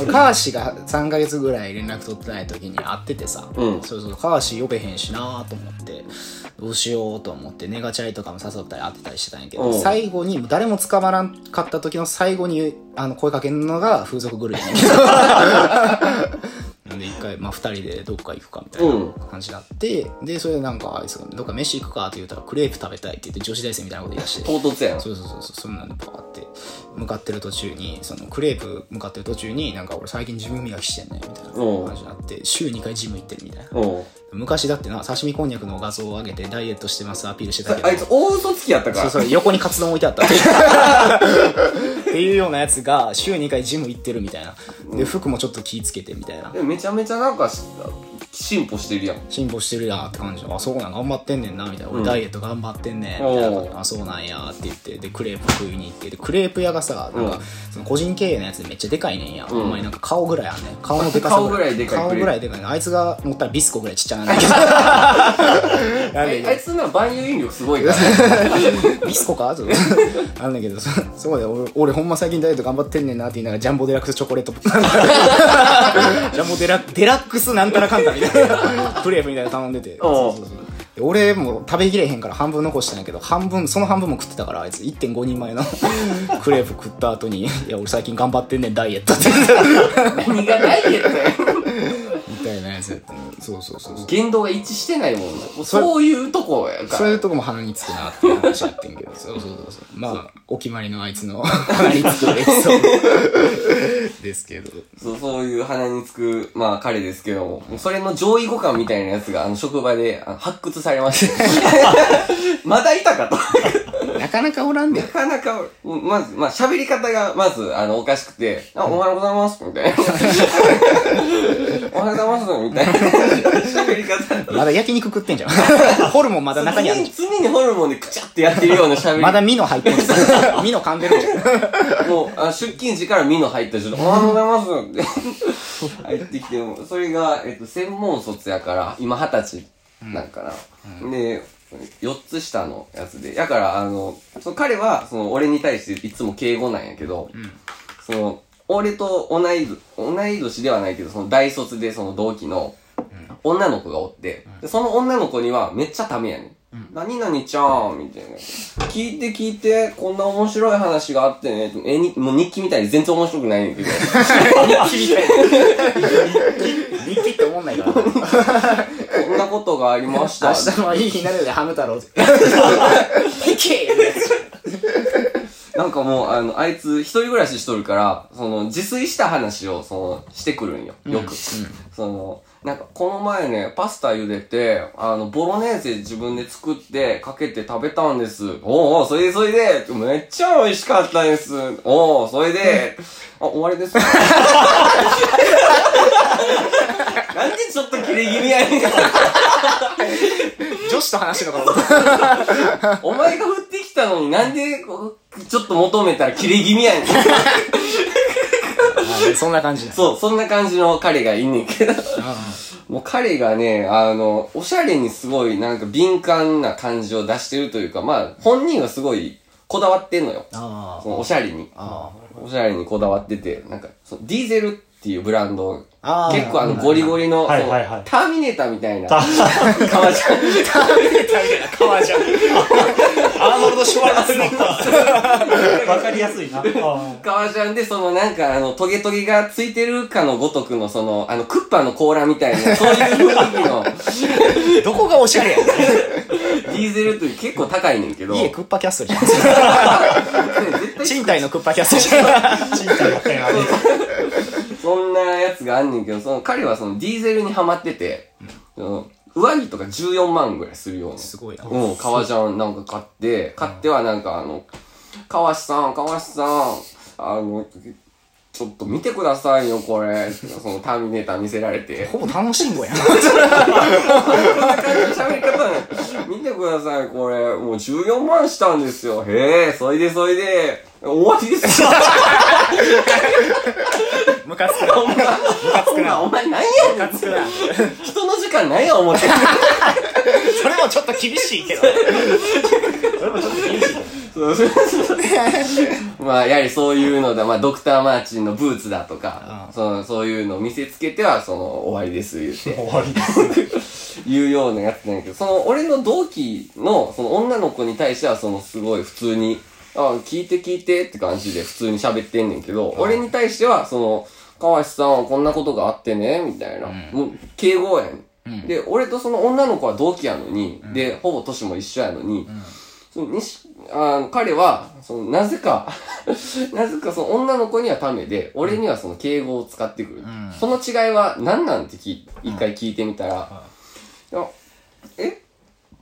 S1: 俺川氏が3ヶ月ぐらい連絡取ってない時に会っててさ、
S2: うん
S1: そうそう川氏呼べへんしなと思ってどうしようと思ってネガチャリとかも誘ったり会ってたりしてたんやけど、
S2: うん
S1: 最後に誰も捕まらんかった時の最後にあの声かけるのが風俗狂いやねんけど なんで一回、まあ、二人でどっか行くかみたいな感じになって、でそれでなんかあいつがどっか飯行くかって言ったらクレープ食べたいって言って女子大生みたいなこと言い出して
S2: 唐突やん。
S1: そうそうそうそうそんなのパーって向かってる途中にそのクレープ向かってる途中になんか俺最近自分磨きしてんねみたいな
S2: うん
S1: 話になって週2回ジム行ってるみたいな
S2: うん。
S1: 昔だってな刺身こんにゃくの画像を上げてダイエットしてますアピールしてた
S2: さ
S1: けど
S2: あいつ、大嘘つきやったか
S1: そう
S2: ら。
S1: そう横にカツ丼置いてあったっていうっていうようなやつが週2回ジム行ってるみたいなで服もちょっと気ぃつけてみたいな
S2: でもめちゃめちゃなんかし、進歩してるやん。
S1: 進歩してるやんって感じであそうなん頑張ってんねんなみたいな
S2: う
S1: 俺
S2: ん
S1: ダイエット頑張ってんねん
S2: おー
S1: みたいなことあそうなんやって言ってでクレープ食いに行ってでクレープ屋がさなん
S2: う
S1: か
S2: ん
S1: その個人経営のやつでめっちゃでかいねんや、
S2: うん
S1: ほんまになんか顔ぐらいあんねん顔のでかさ
S2: 顔
S1: 顔
S2: ぐ
S1: ぐ
S2: ら
S1: ら
S2: い
S1: いでかいねあいつが持ったらビスコぐらいちっちゃなんだ けどなんだけ
S2: え
S1: ど
S2: あいつな万有引力すごいから。
S1: ビスコかちょっ とあんだけどそそこで俺俺ほんま最近ダイエット頑張ってんねんなって言いながらジャンボデラックスチョコ レートジャンボデラデラックスなんたらかんたみたい なクレープみたいなの頼んでて
S2: おう
S1: そうそうそうで俺もう食べきれへんから半分残したんやけど半分その半分も食ってたからあいつ1.5人前の クレープ食った後に「いや俺最近頑張ってんねんダイエット」 って
S2: 何がないけどね。
S1: みたいなやつやったのそうそうそうそう
S2: 言動が一致してないもんね。もうそういうとこやか
S1: そう
S2: ら。
S1: いうとこも鼻につくなっていう話やってんけどそうそうそうそうまあお決まりのあいつの鼻につくエピソードですけど
S2: そう、そういう鼻につく、まあ彼ですけども、もうそれの上位互換みたいなやつが、あの、職場であの発掘されま した。 まだいたかと。
S1: なかなかおらんで
S2: なかなか、うんまず、まあ、喋り方が、まず、あの、おかしく て、あ、おはようございます、みたい な。おはようございます、みたいな。 喋り方。
S1: まだ焼肉食ってん じゃんホルモンまだ中にある
S2: 常に、常にホルモンでくちゃってやってるような喋り
S1: ま
S2: 方。
S1: だミノ入ってんじゃんミノ噛んでるじゃん
S2: もう、あ出勤時からミノ入った状態、おはようございますって入ってきても、それが、えっと、専門卒やから、今二十歳なんかな。で、四つ下のやつで。だから、あの、その彼は、その、俺に対していつも敬語なんやけど、その、俺と同い年、同い年ではないけど、その大卒でその同期の女の子がおって、でその女の子にはめっちゃためやねん。何々ちゃんみたいな。聞いて聞いて、こんな面白い話があってね。え、にもう日記みたいに全然面白くないねんけど。
S1: 日記って思んないから明
S2: こんなことがありま した。
S1: 日のいい日になるよでハム太郎いけ
S2: なんかもう、あの、あいつ一人暮らししとるから、その、自炊した話を、その、してくるんよ。よく。その、なんか、この前ね、パスタ茹でて、あの、ボロネーゼ自分で作って、かけて食べたんです。おうおう、それでそれで、めっちゃ美味しかったです。おうおう、それで、あ、終わり です。なんでちょっとキレ気味やねん。
S1: 女子と話してんのかなと
S2: お前が振ってきたのになんで、こうちょっと求めたらキレ気味やねん。
S1: そんな感じだ
S2: そう、そんな感じの彼がいんねんけ ど。もう彼がね、あの、おしゃれにすごいなんか敏感な感じを出してるというか、まあ、本人はすごいこだわってんのよ。
S1: あ
S2: そのおしゃれに。
S1: あ
S2: おしゃれにこだわってて、なんか、そのディーゼルっていうブランド、
S1: あー
S2: 結構あのゴリゴリの、
S3: はい
S2: その
S3: はいはい
S2: ターミネーターみたいな、
S3: タ
S2: 革ジャン
S1: 川じゃんアーノルド・シュワルツネッガー
S3: わかりやすいな。あー
S2: 革ジャンで、そのなんかあの、トゲトゲがついてるかのごとくの、その、あの、クッパの甲羅みたいな、そういう雰囲気の、
S1: どこがおしゃれやねん
S2: ディーゼルという結構高いねんけど、
S1: 家
S2: ね
S1: クッパキャッスルじゃん
S2: 絶 対
S1: 賃貸のクッパキャッスルじゃん
S3: 賃貸の件あれ。
S2: そんなやつがあんねんけど、その彼はそのディーゼルにハマってて、その上着とか14万ぐらいするような。
S1: すごいな
S2: うん、革ジャンなんか買って、買ってはなんかあの、川師さん、川師さん、あの、ちょっと見てくださいよ、これ。そのターミネーター見せられて。
S1: ほぼ楽しん ごやん
S2: こんな感じの喋り方なの見てください、これ。もう14万したんですよ。へえ、それでそれで、終わりで すよ。
S1: ムカつくな
S2: お前、お前、お前何やねん。人の時間何や思ってんの
S1: それもちょっと厳しいけど
S2: そうそうそう まあ、やはりそういうのだ、まあ、ドクター・マーチンのブーツだとか、そのそういうのを見せつけては、その、終わりです、言って、
S3: 終わりです。
S2: 言うようなやつなんやけど、その、俺の同期の、その、女の子に対しては、その、すごい普通に、あ聞いて聞いてって感じで普通に喋ってんねんけど、俺に対しては、その、川橋さんはこんなことがあってね、みたいな。もう、敬語やん,、
S1: ん
S2: で、俺とその女の子は同期やのに、で、ほぼ年も一緒やのに、その西あの彼は、その、なぜか、 なぜかその女の子にはためで、俺にはその敬語を使ってくる。
S1: ん
S2: その違いは何なんて聞い一回聞いてみたら、いやえ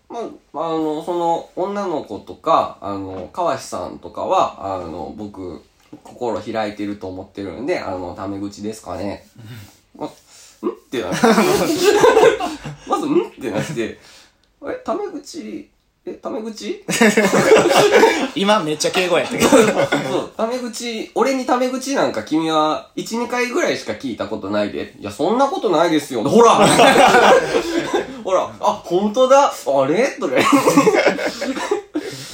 S2: まあ、まああの、その、女の子とか、あの、川志さんとかは、あの、僕、心開いてると思ってるんで、あの、タメ口ですかね。ま、んって なって。まず、んってなって、え、タメ口、え、タメ口
S1: 今めっちゃ敬語やったけど。
S2: そう、タメ口、俺にタメ口なんか君は、1、2回ぐらいしか聞いたことないで。いや、そんなことないですよ。ほら ほら、あ、本当だ。あれとか言って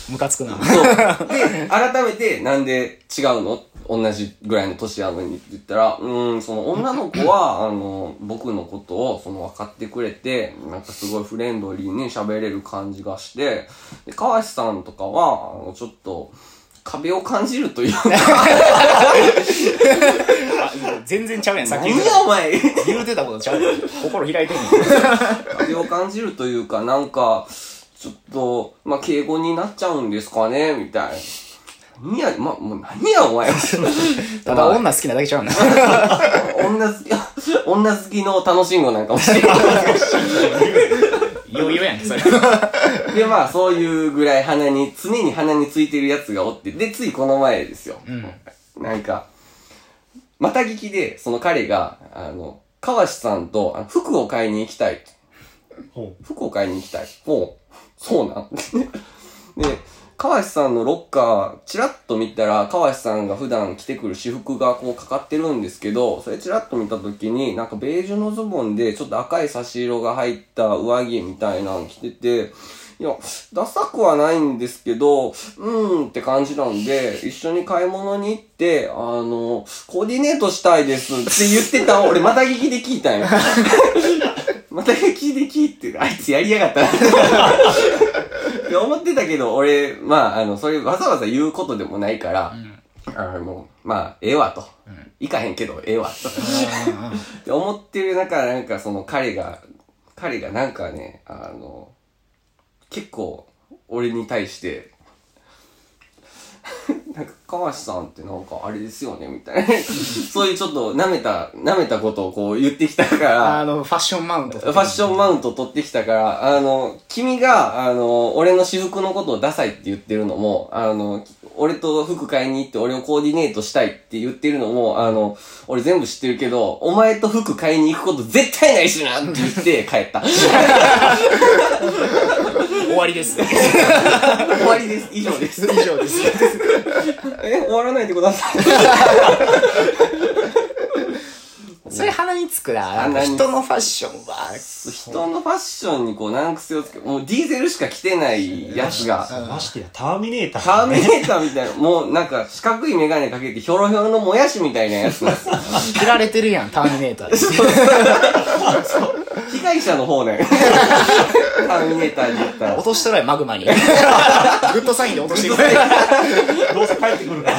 S1: ムカつくな。
S2: そう。で、改めて、なんで違うの同じぐらいの年やのにって言ったら、うーん、その女の子は、あの、僕のことを、その分かってくれて、なんかすごいフレンドリーに喋れる感じがして、で、川橋さんとかは、あの、ちょっと、壁を感じるというか、
S1: 全然ちゃうやん、さっき
S2: 何
S1: 言う
S2: や
S1: てた
S2: お前
S1: 言うてたことちゃうやん。心開いてんねん。
S2: 壁を感じるというか、なんか、ちょっと、まあ、敬語になっちゃうんですかねみたいな。何や、ま、もう何やお前
S1: ただ女好きなだけちゃうな。
S2: 女好き、女好きの楽しんごなんかもしれない。
S1: 余裕やんけ、それ。
S2: で、まあ、そういうぐらい鼻に、常に鼻についてるやつがおって、で、ついこの前ですよ。なんか、また聞きで、その彼が、あの、川志さんとあの服を買いに行きたい。
S3: ほ
S2: 服を買いに行きたい。もう、そうなん で、川志さんのロッカー、チラッと見たら、川志さんが普段着てくる私服がこうかかってるんですけど、それチラッと見た時に、なんかベージュのズボンで、ちょっと赤い差し色が入った上着みたいなの着てて、いや、ダサくはないんですけど、うーんって感じなんで、一緒に買い物に行って、あの、コーディネートしたいですって言ってたの俺また聞きで聞いたんよ。 また聞きで聞いて、あいつやりやがったな。 って思ってたけど、俺、まあ、あの、それわざわざ言うことでもないから、あの、まあ、ええわと。いかへんけど、ええわと。って 思ってる中、なんかその彼が、彼がなんかね、あの、結構、俺に対して、 なんか、川橋さんってなんかあれですよね、みたいな。そういうちょっと舐めた、舐めたことをこう言ってきたから、
S1: あの、ファッションマウント。
S2: ファッションマウント取ってきたから、あの、君が、あの、俺の私服のことをダサいって言ってるのも、あの、俺と服買いに行って俺をコーディネートしたいって言ってるのも、あの、俺全部知ってるけど、お前と服買いに行くこと絶対ないしなって言って 帰った。
S1: 終わりです。
S2: 終わりです。以上です。
S1: 以上です。
S2: え、終わらないでください。
S1: それ鼻につくな。
S2: 鼻に
S1: 人のファッションは。
S2: 人のファッションにこう難癖をつけ、もうディーゼルしか着てないやつが、
S3: うましてやターミネーター
S2: ターミネーターみたいな、もうなんか四角いメガネかけてひょろひょろのもやしみたいなやつなんですよ
S1: 切られてるやん、ターミネーターで。
S2: 被害者の方 ね。ターミネーターで言ったら
S1: 落。としたらマグ マに。グッドサインで落としてくれ。
S3: どうせ帰ってくるから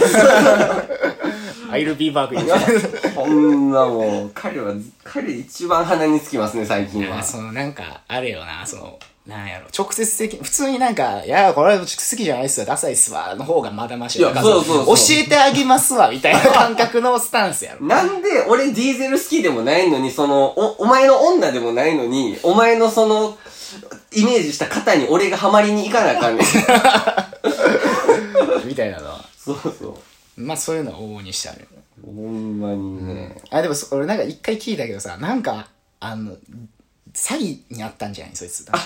S1: アイルビーバーグに。
S2: こんなもう、彼は、彼一番鼻につきますね、最近は。
S1: そのなんか、あれよな、その、なんやろ、直接的に、普通になんか、いや、これ好きじゃないっすわ、ダサいっすわ、の方がまだましや
S2: い
S1: な
S2: や
S1: んか
S2: そうそうそう
S1: 教えてあげますわ、みたいな感覚のスタンスやろ。
S2: なんで、俺ディーゼル好きでもないのに、その、お、お前の女でもないのに、お前のその、イメージした肩に俺がハマりに行かなあ かんねん。
S1: みたいなのは。
S2: そうそ
S1: まあ、そういうのは往々にしてある。
S2: う。ほんまにね。
S1: あ、でもそ、俺なんか一回聞いたけどさ、なんか、あの、詐欺にあったんじゃないそいつ。なんか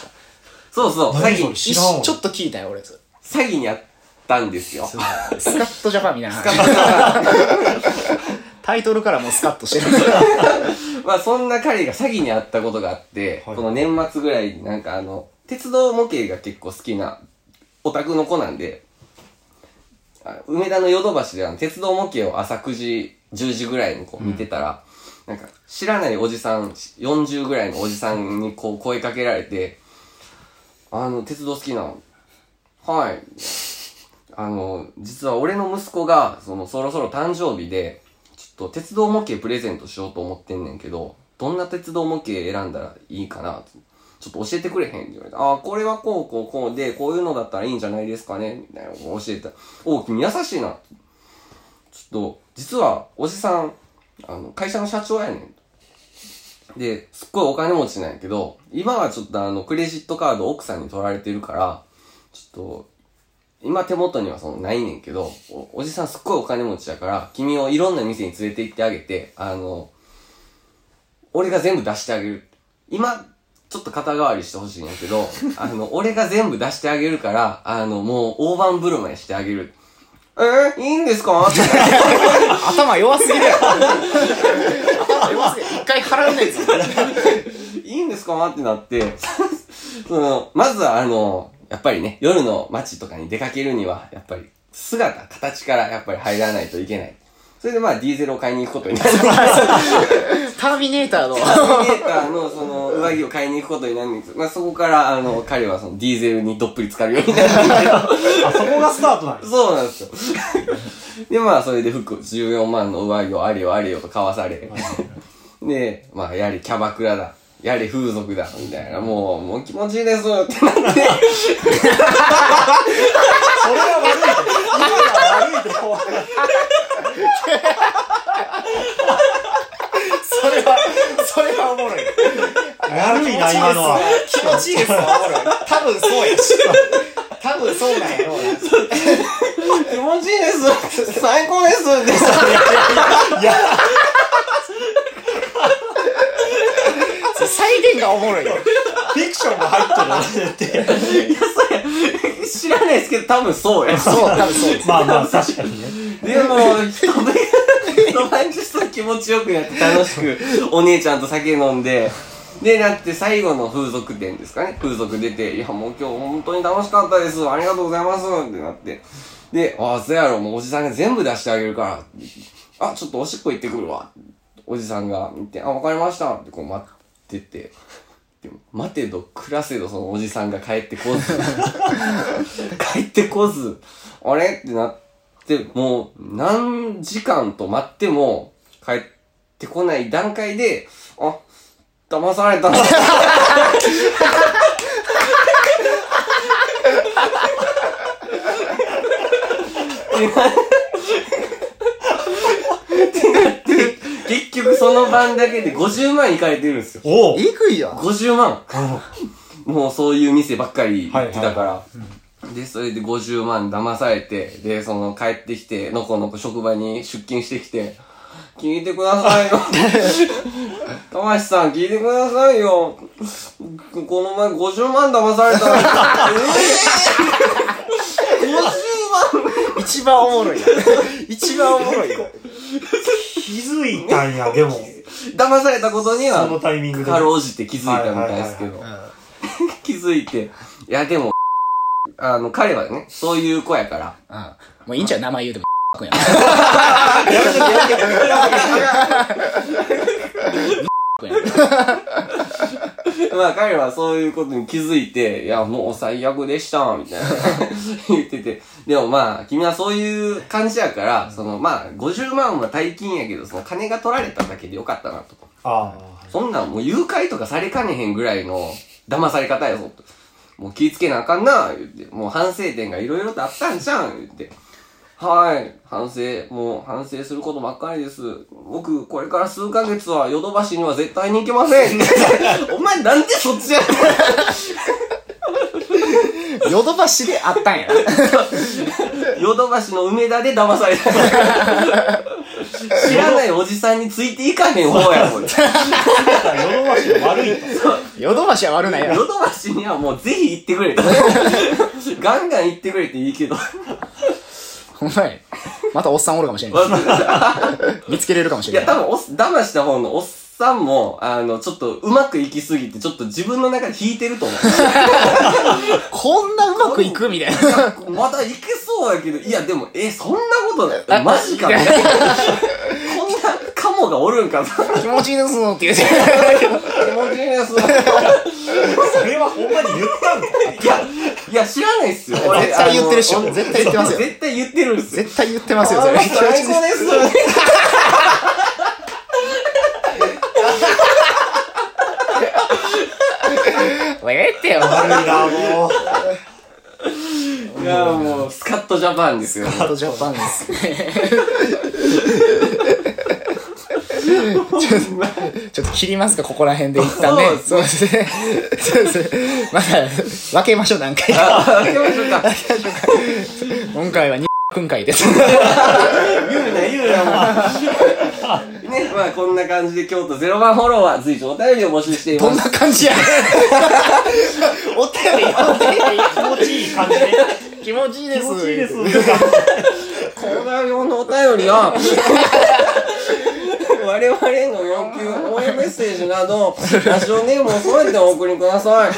S2: そうそう、詐
S3: 何それ
S2: 欺、
S3: 知らんわ
S1: 一ちょっと聞いたよ、俺。それ
S2: 詐欺にあったんですよ。
S1: スカットジャパンみたいな話。タイトルからもうスカッとしてる。
S2: まあそんな彼が詐欺に遭ったことがあって、
S3: はい
S2: この年末ぐらいになんかあの、鉄道模型が結構好きなオタクの子なんで、あ梅田のヨドバシであの鉄道模型を朝9時、10時ぐらいにこう見てたら、なんか知らないおじさん、40ぐらいのおじさんにこう声かけられて、あの、鉄道好きなのはい。あの、実は俺の息子が、その、そろそろ誕生日で、ちと、鉄道模型プレゼントしようと思ってんねんけど、どんな鉄道模型選んだらいいかなちょっと教えてくれへんって言われて、ああ、これはこうこうこうで、こういうのだったらいいんじゃないですかねみたいなのを教えた。おう、君優しいな。ちょっと、実は、おじさん、あの、会社の社長やねん。で、すっごいお金持ちなんやけど、今はちょっとあの、クレジットカード奥さんに取られてるから、ちょっと、今手元にはそのないねんけど、おおじさんすっごいお金持ちだから、君をいろんな店に連れて行ってあげて、あの、俺が全部出してあげる。今、ちょっと肩代わりしてほしいんやけ ど、あの、俺が全部出してあげるから、あの、もう大盤振る舞いしてあげる。えー、いいん ですかって
S1: 頭弱すぎだよ頭弱すぎ一回払うないですよ
S2: いいんですかってなって、 その、まずはあの、やっぱりね、夜の街とかに出かけるには、やっぱり姿、形からやっぱり入らないといけない。それでまあディーゼルを買いに行くことになる。
S1: ターミネーターの
S2: ターミネーターのその上着を買いに行くことになるんですまあそこからあの、彼はそのディーゼルにどっぷり浸かるようになるんですけど。
S3: あ、そこがスタートなんです。
S2: そうなんですよ。 で、まあ、それで服、14万の上着をあれよあれよと買わされ。で、まあ、やれキャバクラだ。やれ風俗だ。みたいな。もう、もう気持ちいいです。ってなって。
S3: それが悪いと。今が悪いと。
S1: それは、それはおもろい。
S3: 悪いな、今のは。
S1: 気持ちいいですわ、おもろい。多分そうやし。多分そうなんやろうな。
S2: 気持ちいいです。最高です。って
S1: それ再現がおもろいよ。
S3: フィクションが入ってるって。
S2: 知らないですけど、多分そうや。
S1: そう、多分そうです。
S3: まあまあ、確かにね。
S2: でも、人目が、人前に人気持ちよくやって楽しく、お姉ちゃんと酒飲んで、で、なって最後の風俗店ですかね。風俗出て、いや、もう今日本当に楽しかったです。ありがとうございます。ってなって。で、ああ、そうやろ、もうおじさんが全部出してあげるから。あ、ちょっとおしっこ行ってくるわ。おじさんが見て、あ、わかりました。ってこう待ってて。でも待てど暮らせどそのおじさんが帰ってこず 帰ってこずあれってなってもう何時間と待っても帰ってこない段階であ騙されたな ってなって結局その晩だけで50万いかれてるんですよ
S3: おお
S1: えぐいやん。
S2: 50万もうそういう店ばっかり行
S3: はい
S2: ってたから、でそれで50万騙されてでその帰ってきてのこのこ職場に出勤してきて「聞いてください よ」「玉橋さん聞いてくださいよ」「この前50万騙されたの」え ー50万
S1: 一番おもろいやん。一番おもろいよ。
S3: 気づいたんや、でも。
S2: 騙されたことには
S3: そのタイミングで
S2: かろうじて気づいたみたいですけ
S3: はい
S2: ど
S1: うん
S2: 気づいていやでもあの彼はねそういう子やから
S1: うんもういいんちゃう名前言うても。くん や。くんや
S2: まあ彼はそういうことに気づいて、いやもう最悪でした、みたいな言ってて。でもまあ君はそういう感じやから、そのまあ50万は大金やけど、その金が取られただけでよかったなと。
S3: あ
S2: そんなんもう誘拐とかされかねへんぐらいの騙され方やぞと。もう気ぃつけなあかんな、言って。もう反省点がいろいろとあったんじゃん、言って。はい、反省、もう反省することばっかりです。僕、これから数ヶ月はヨドバシには絶対に行けません。お前なんでそっちやねん
S1: ヨドバシであったんやな。
S2: ヨドバシの梅田で騙された。知らないおじさんについていかへん方やもん。ヨ
S3: あ。だから、世の中が悪いと。
S1: ヨドバシは悪ないやろ。
S2: ドバシにはもうぜひ行ってくれ。ガンガン行ってくれていいけど。
S1: ほんまや。またおっさんおるかもしれん。見つけれるかもし
S2: い
S1: れ
S2: や、
S1: ん。
S2: 多分おっ、騙した方のおっさんも、あの、ちょっとうまくいきすぎて、ちょっと自分の中で引いてると思
S1: こんなうまくいくみたいな。
S2: う。まだいけそうやけど、いや、でも、え、そんなこと だよ。マジか。こんなカモがおるんかな。
S1: 気持ちいいですのって言うて。
S2: 気持ちいいです。
S3: それはほんまに言ったんか
S2: いや、いや、知らないっすよ。
S1: 絶対言ってるっしょ
S2: あの
S1: 絶対言ってますよ
S2: 絶対言ってるんすよ。
S1: 絶対言ってますよ、それ。
S2: あの人最高です。やも
S3: 悪いな、もう。
S2: う。いや、もう、スカットジャパ ンですよ。
S1: ハートジャパンですね。 ちょっと切りますか、ここら辺で一旦ね。そうですね。そうですね。また、分けましょう、何回か。
S2: あ、行きましょうか。
S1: 今回は2分回です。
S2: 言うな、言うな、もう。ね、まあ、こんな感じで京都ゼロ番フォローは随時お便りを募集してい
S1: ど
S2: ま
S1: ん
S2: す。
S1: な感じやお便り、
S3: 気持ちいい感じで。
S1: 気持ちいいです。
S3: 気持ちいいです。
S2: コーナー用のお便りは、 我々の要求、応援メッセージなど、ラジオネームを添えてお送りください。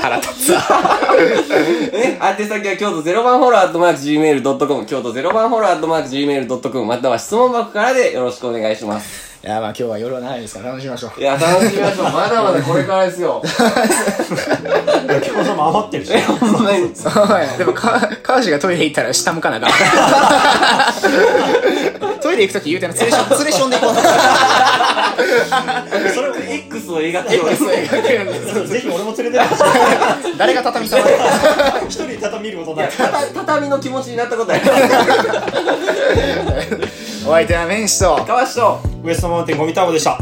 S1: 腹立つ。
S2: ね、宛先は京都ゼロ番フォローアットマーク Gmail.com、京都ゼロ番フォローアットマーク Gmail.com、または質問箱からでよろしくお願いします。
S1: いや、まあ今日は夜は長いですから楽しみましょう
S2: い。や、楽しみましょう。まだまだこれからですよ。
S3: 結構その 余ってるし。
S2: ほんまに。
S1: はい。でも、か、川氏がトイレ行ったら下向かなあか ん。トイレ行くとき言うてんの、ツレション、ツレションで行こう。
S2: それも X を描くよ う
S1: そう描けるんです
S3: ぜひ俺も連れてってほしい。
S1: 誰が畳様だ
S3: 一人で畳見ることにな る。
S2: た畳の気持ちになったことあり
S1: お相手はメンシと。
S2: かわしと。
S3: ウエストマウンテンゴミターボでした。